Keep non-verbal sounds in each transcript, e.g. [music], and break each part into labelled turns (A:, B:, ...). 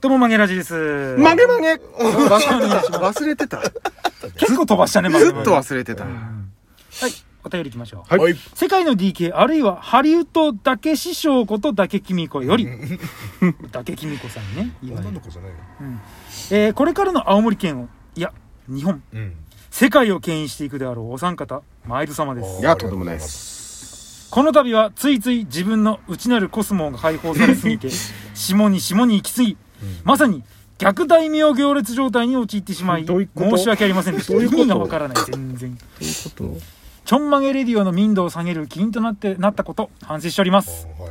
A: どうも、曲げラジです。
B: 曲げ曲げ
C: 忘れてた。ず
A: 結構飛ばしたね、曲げ
C: っと忘れてた。
A: はい、お便り行きましょう。
B: はい
C: はい。
A: 世界の DK、あるいはハリウッドだけ師匠ことだけきみこ [laughs] より、だけきみこさんね、いわゆ
B: 女
A: る
B: の子じゃないよ。
A: えーこれからの青森県を、いや、日本、
B: うん。
A: 世界を牽引していくであろうお三方、マイル様です
C: い。や、とんでもないです。
A: この度はついつい自分の内なるコスモが解放されす
B: [laughs]
A: ぎて下に下に行き過ぎ、まさに逆大名行列状態に陥ってしまい
B: どういうこと
A: 申し訳ありませんでした
B: どういうこと
A: 意味がわからない全然ちょんまげレディオの民度を下げる気にとなってなったこと反省しております
B: はい。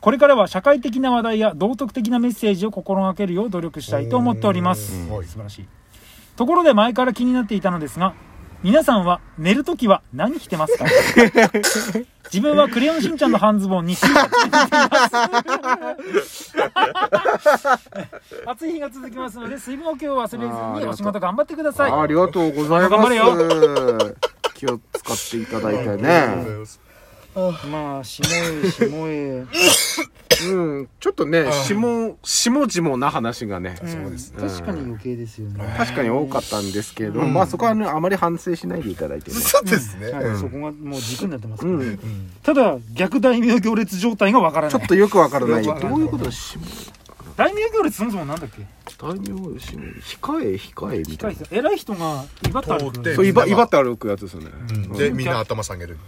A: これからは社会的な話題や道徳的なメッセージを心がけるよう努力したいと思っております
B: うんはい
A: 素晴らしいところで前から気になっていたのですが皆さんは寝るときは何着てますか自分はクレヨンしんちゃんの半ズボンにシートを着ています暑い日が続きますので水分補給を忘れずにお仕事頑張ってください
C: ありがとうござい
A: 頑
C: ま
A: 張れ
C: す。気を使っていただいてね。
A: まあ下へ下へ
C: うん。ちょっとね、下、下々な話がね、
A: そうです確かに余計ですよね
C: 確かに多かったんですけれども、まあそこはね、あまり反省しないでいただいてね。 [laughs]
B: そうですね。
A: はい、そこがもう軸になってますか
C: う
A: ら、
C: ん。
A: ただ逆大名行列状態がわから
C: ち
A: な
C: ょっ
A: い
C: とよくわからない。
A: よ
C: ど
A: くわからないう
C: いうこと下、
A: 大名行列そもそもなんだっけ
C: 大名、下、控え、控えみたいな。
A: 偉い人が威張って歩
B: 通っ
A: く
B: て
C: そう、威張威張って歩くやつですよね。
B: うんで、みんな頭下げる。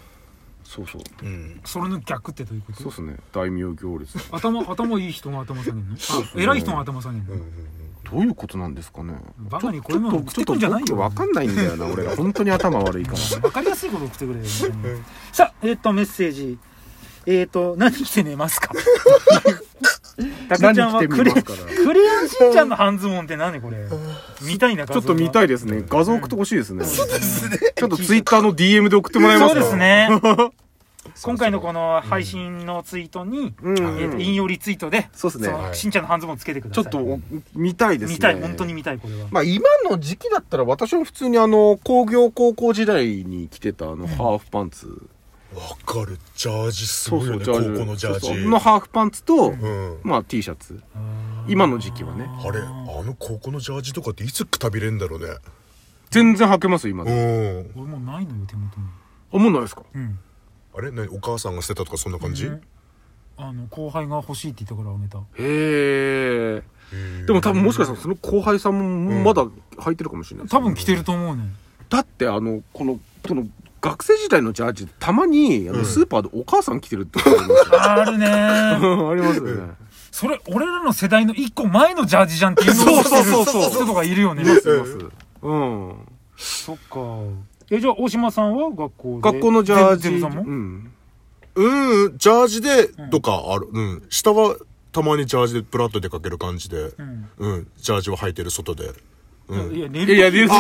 C: そうそう。
B: うん。
A: それの逆ってどういうこ
C: そう
A: と
C: ですね。大名行列。
A: 頭頭いい人が頭下げるのあ偉い人が頭下げるの、
C: どういうことなんですかね。
A: バカにこ
C: ち
A: うい
C: ょ
A: うも
C: っ
A: の
C: と、
A: 送っ
C: ちょ
A: て
C: っ
A: く
C: と、
A: んじゃないよ
C: わかんないんだよ
A: [laughs]
C: な、俺ら。本当に頭悪いから。
A: わかりやすいこと送ってくれよさあえっ、とメッセージえっ、と何着て寝ます
C: [laughs]
A: かタケちゃんは
C: 何着て
A: ク
C: み
A: レ
C: ますかな
A: クレヨンしんちゃんの半ズボンって何これ見たいな
C: ちょっと見た
A: い
C: いですね。画像送ってほしいですね。そうですね。ちょっとツイッターの DM で送ってもらえま
A: そ
C: す
A: う
C: か
A: です。
C: [laughs]
A: ね今回のこの配信のツイートに、
C: うん
A: えーと引用リツイートで、
C: そうですね
A: の
B: はい
A: しんちゃんの半ズボンつけてくだ
C: ちょ
A: さい。
C: っとお、見たいですね。
A: 見たい、本当に。見たい、これは。
C: まあ今の時期だったら私も普通にあの、工業高校時代に着てたあの、ハーフパンツ。
B: わかる。ジャージす
C: そ
B: ご
C: う
B: い
C: そ
B: よ
C: う、
B: ね。
C: ジャー
B: 高校
C: ジ。
B: のジャージ。
C: そうそうのハーフパンツと、
B: うん。
C: まあ T シャツ。今の時期はね。
B: あれ、あの高校のジャージとかっていつくたびれんだろうね。
C: 全然履けますよ、今で。
B: うん。
A: 俺もうないのよ、手元に。
C: あ、もうないですか
A: うん。
B: あれ何お母さんが捨てたとかそんな感じ
A: うんあの、後輩が欲しいって言ったからあげた。
C: へえ。でも多分もしかしたらその後輩さんもまだ履いてるかもしれないです
A: 多分着てると思うね。
C: だってあのこのこの学生時代のジャージたまにあのスーパーでお母さん着てるってことありますよ
A: あるね
C: [laughs]
A: ー。
C: ね [laughs] ありますよね
A: それ、俺らの世代の一個前のジャージじゃんっていうのを
C: そうそうそうそう
A: 着てる人とかいるよね。
C: いますいますうん
A: そっか。え、じゃあ、大島さんは学校で
C: 学校のジャージ
A: ゼロ
C: う
A: さんも
C: ん
B: うん、ジャージで、とかある。うん。下は、たまにジャージでブラッと出かける感じで。
A: ん
B: うん。ジャージを履いてる外で。うん。
A: いや、寝
C: いや
A: る
C: いや寝る時は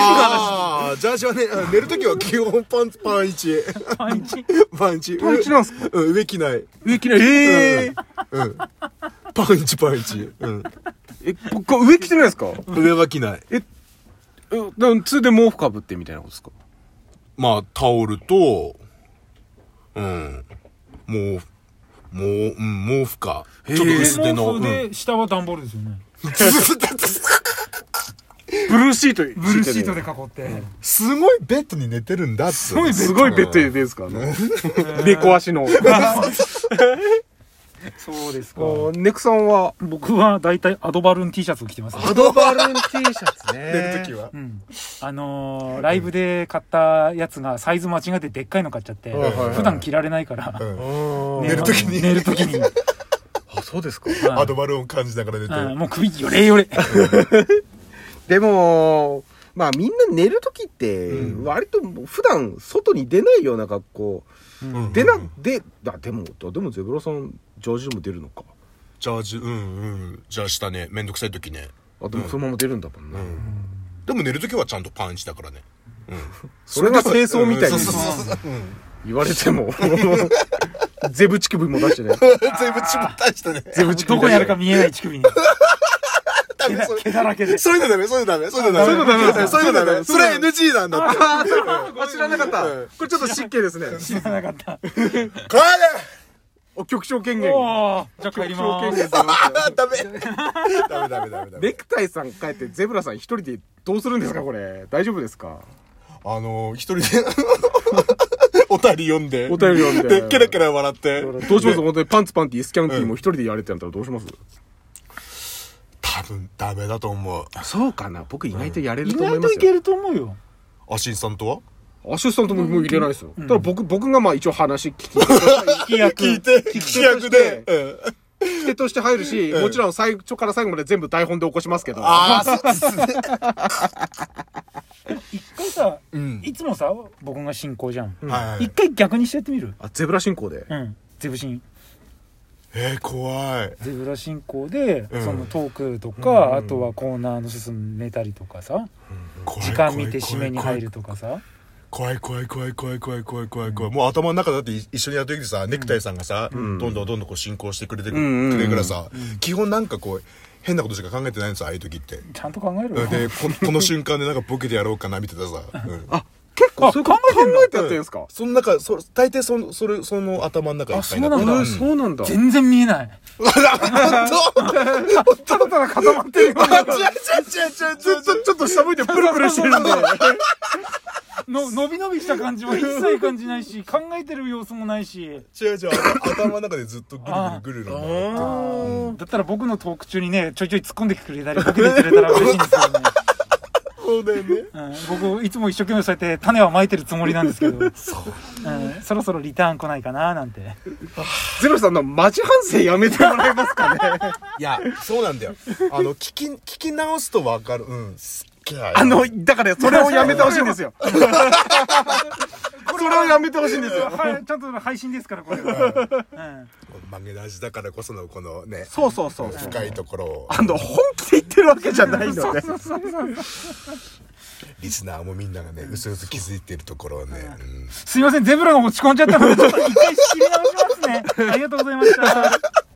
B: ああ、ジャージはね、うん寝るときは基本パンツ、パン一。
A: 毎日。
B: [laughs] パン一。
C: パンイチなんすか
B: うん、上着ない。
C: 上着ないえー
B: うん。パン一、パン一。うん。
C: え僕上着てないですか
B: 上は着ない。
C: えでも通で毛布かぶってみたいなことですか
B: まあ、タオルと、うん。毛布。もう、うん、毛布か。ちょっと薄手の。
A: 毛布で、下は段ボールですよね。
C: ブルーシート
A: ブルーシート
C: で
A: で囲って。
B: すごいベッドに寝てるんだって。す
A: ごいベ
C: すごいベッドで [laughs] ですからね猫足 [laughs] の
A: そうですか。
C: ネクさんは
A: 僕は大体アドバルーン T シャツを着てます、ね。
C: アドバルーン T シャツね
B: 寝るときは
A: う。ん。あのーライブで買ったやつがサイズ間違えてでっかいの買っちゃって、
C: はいはいはい
A: 普段着られないから、
B: うん
A: ね
B: 寝る時に
A: あの寝るときに。
C: あそうですか
A: はい
B: アドバルーンを感じながら寝て
A: うん
B: る。
A: もう首よれよれ。
C: でも、まあみんな寝るときって、割ともう普段外に出ないような格好。
B: うん
C: 出な、で、あ、でも、あでもゼブラさん、ジャージでも出るのか。
B: ジャージ、うんうん。ジャージ下ね、めんどくさいときね。
C: あ、でもそのまま出るんだもんね。
B: でも寝るときはちゃんとパンチだからね。うん。
C: それが清掃みたいに
B: うんそうそうそうそう。うん
C: 言われても、 [laughs] ゼブチクブも出して
B: [laughs]
C: ね。
B: 全部自分大したね。
C: ゼブチク
A: ど
C: ブ
A: こ
C: 出
A: にあ
C: して
A: るか
C: ね。
A: 見えない乳首に。
B: ダ
A: 毛
B: メ
A: だ
B: それ
A: 毛だらけで。
B: そういうのダメ、そういうのダメ、そういうの
C: そういうのダメなん
B: ダ
C: だ
B: メ。そういうのダメ。それは NG なんだって。
C: あー、そうあ知らなかった。これちょっと失敬ですね。
A: 知らなかった。
B: 帰れ
C: お局長権限。
A: おーじゃあ帰りま
C: 局長権
A: す
C: 限出ましたよ
B: あ、ダメダメダメダメダ
C: ネ
B: メ。
C: クタイさん帰ってゼブラさん一人でどうするんですかこれ。大丈夫ですか
B: あの、一人で、お便り読んで。
C: お便り読んで
B: で、ケラケラ笑って。
C: どうします本当にパンツパンティスキャンティーも一人でやれってなったらどうします
B: 多分、ダメだと思う。
C: そうかな僕意外とやれ
A: 意外といけると思うよ
B: アシンさんとは
C: アシスタントももう入れないですよ。ただ僕、僕がまあ一応話聞き、
A: 規約
B: 聞いて、聞き役で。うん
C: 聞き手として入るし、もちろん最初から最後まで全部台本で起こしますけど。
B: ああ、そうですね。
A: 一回さ
B: うん
A: いつもさ僕が進行じゃん
B: はいはい
A: 一回逆にしてやってみる
C: あゼブラ進行で。
A: うんゼブ進
B: えー、怖い。
A: ゼブラ進行で
B: うん
A: そのトークとかあとはコーナーの進めたりとかさ
B: 怖い
A: 時間見て締めに入るとかさ
B: 怖い怖い怖い怖い怖い怖い怖い怖い、もう頭の中だってい一緒にやってきてさネクタイさんがさ、どんどんどんどんこう進行してくれてく,、
C: んうんうん
B: くれるからさ、基本なんかこう変なことしか考えてないんですよああいう時って
A: ちゃんと考えろよ
B: でここの瞬間でなんかボケてやろうかなみたいなさ、うん、
C: あ、結構
A: あ
C: そういうこと
A: 考えてんだ
C: 考えてやってるんですか
B: その中そ大抵そのそれその頭の中いっぱいにな
A: あ
B: って
A: そうなんだ
C: えーそうなんだ。
A: 全然見えない
C: ただただ固まってるような。
B: あ違う違う違う違う
C: ずっとちょっと下向いてプルプルしてるんで。 [laughs]
B: [laughs]
A: の伸び伸びした感じは一切感じないし考えてる様子もないし
B: 違う違う頭の中でずっとぐるぐるぐるぐるの
A: だったら僕のトーク中にねちょいちょい突っ込んでくれたりボケてくれたら嬉しい
B: [laughs]
A: んですけどね、
B: そうだよ
A: う
B: ね
A: ん、僕いつも一生懸命そうやって種はまいてるつもりなんですけ
B: [laughs]
A: どうん、そろそろリターン来ないかななんて
C: ゼブラさんのマジ反省やめてもらえますかね。
B: いやそうなんだよあの聞き聞き直すとわかるうんすっげえ
C: あの、だからそれをやめてほしいんです [laughs] よ。それをやめてほしいんですよ。
A: はいちゃんと配信ですからこれは、
B: 曲げ出しだからこそのこのね
C: そうそうそうそう。
B: 深いところを
C: あの、本気で言ってるわけじゃないので。
B: リスナーもみんながねうすうす気づいてるところをね、うん
A: すいませんゼブラが落ち込んじゃったのでちょっと一回仕切り直しますねありがとうございました